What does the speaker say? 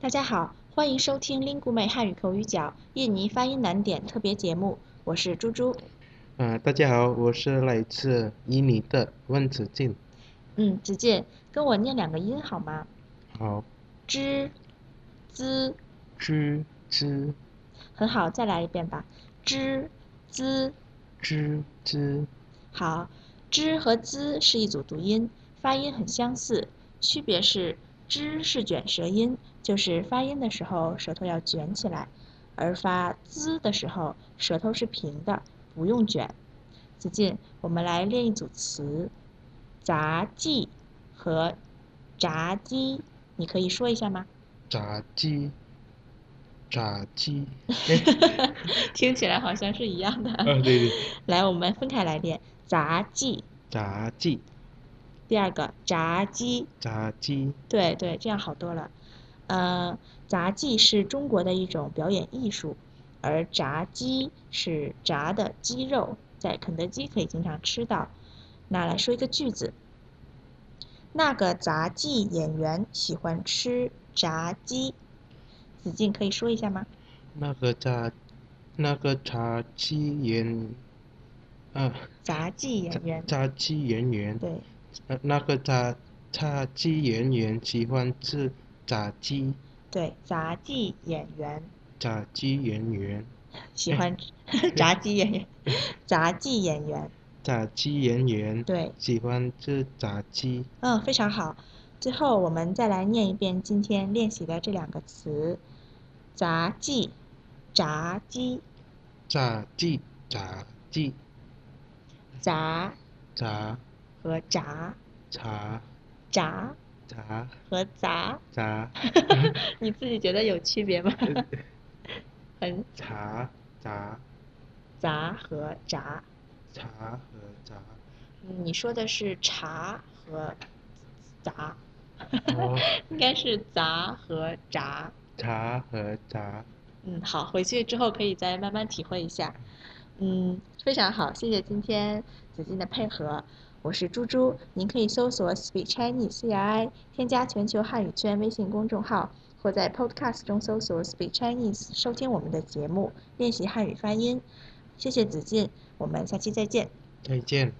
大家好，欢迎收听 l i n g u m e 汉语口语角印尼发音难点特别节目，我是猪猪。啊，大家好，我是来自印尼的温子敬。嗯，子健，跟我念两个音好吗？好，之、z，知知很好，再来一遍吧。之、z，知知，好。之和 z 是一组读音，发音很相似，区别是之是卷舌音，就是发音的时候舌头要卷起来，而发 z 的时候舌头是平的，不用卷。子健，我们来练一组词，杂技和炸鸡，你可以说一下吗？ 炸鸡，炸鸡。哎听起来好像是一样的。啊，对对， 来，我们分开来练杂技。炸鸡，第二个炸鸡，炸鸡，对对，这样好多了。呃，杂技是中国的一种表演艺术，而炸鸡是炸的鸡肉，在肯德基可以经常吃到。那来说一个句子，那个杂技演员喜欢吃炸鸡。子敬可以说一下吗？那个炸，那个炸鸡演，啊，杂技炸演员，炸鸡演员，对，呃那个炸炸鸡演员喜欢吃炸鸡，对，杂技演员炸鸡演员，喜欢 炸鸡演员，杂技演员，炸鸡演员对，喜欢吃炸鸡，嗯，非常好。最后我们再来念一遍今天练习的这两个词：杂技、炸鸡、炸鸡，炸鸡。杂炸和炸、炸炸炸和杂， 炸你自己觉得有区别吗？嗯 很呃茶炸杂和炸，茶和炸。嗯你说的是茶和杂，哦，应该是杂和炸。茶和炸，嗯，好，回去之后可以再慢慢体会一下。嗯，非常好，谢谢今天子金的配合。我是猪猪，您可以搜索 Speak Chinese C R I，添加全球汉语圈微信公众号，或在 Podcast 中搜索 Speak Chinese 收听我们的节目，练习汉语发音。谢谢子敬，我们下期再见。再见。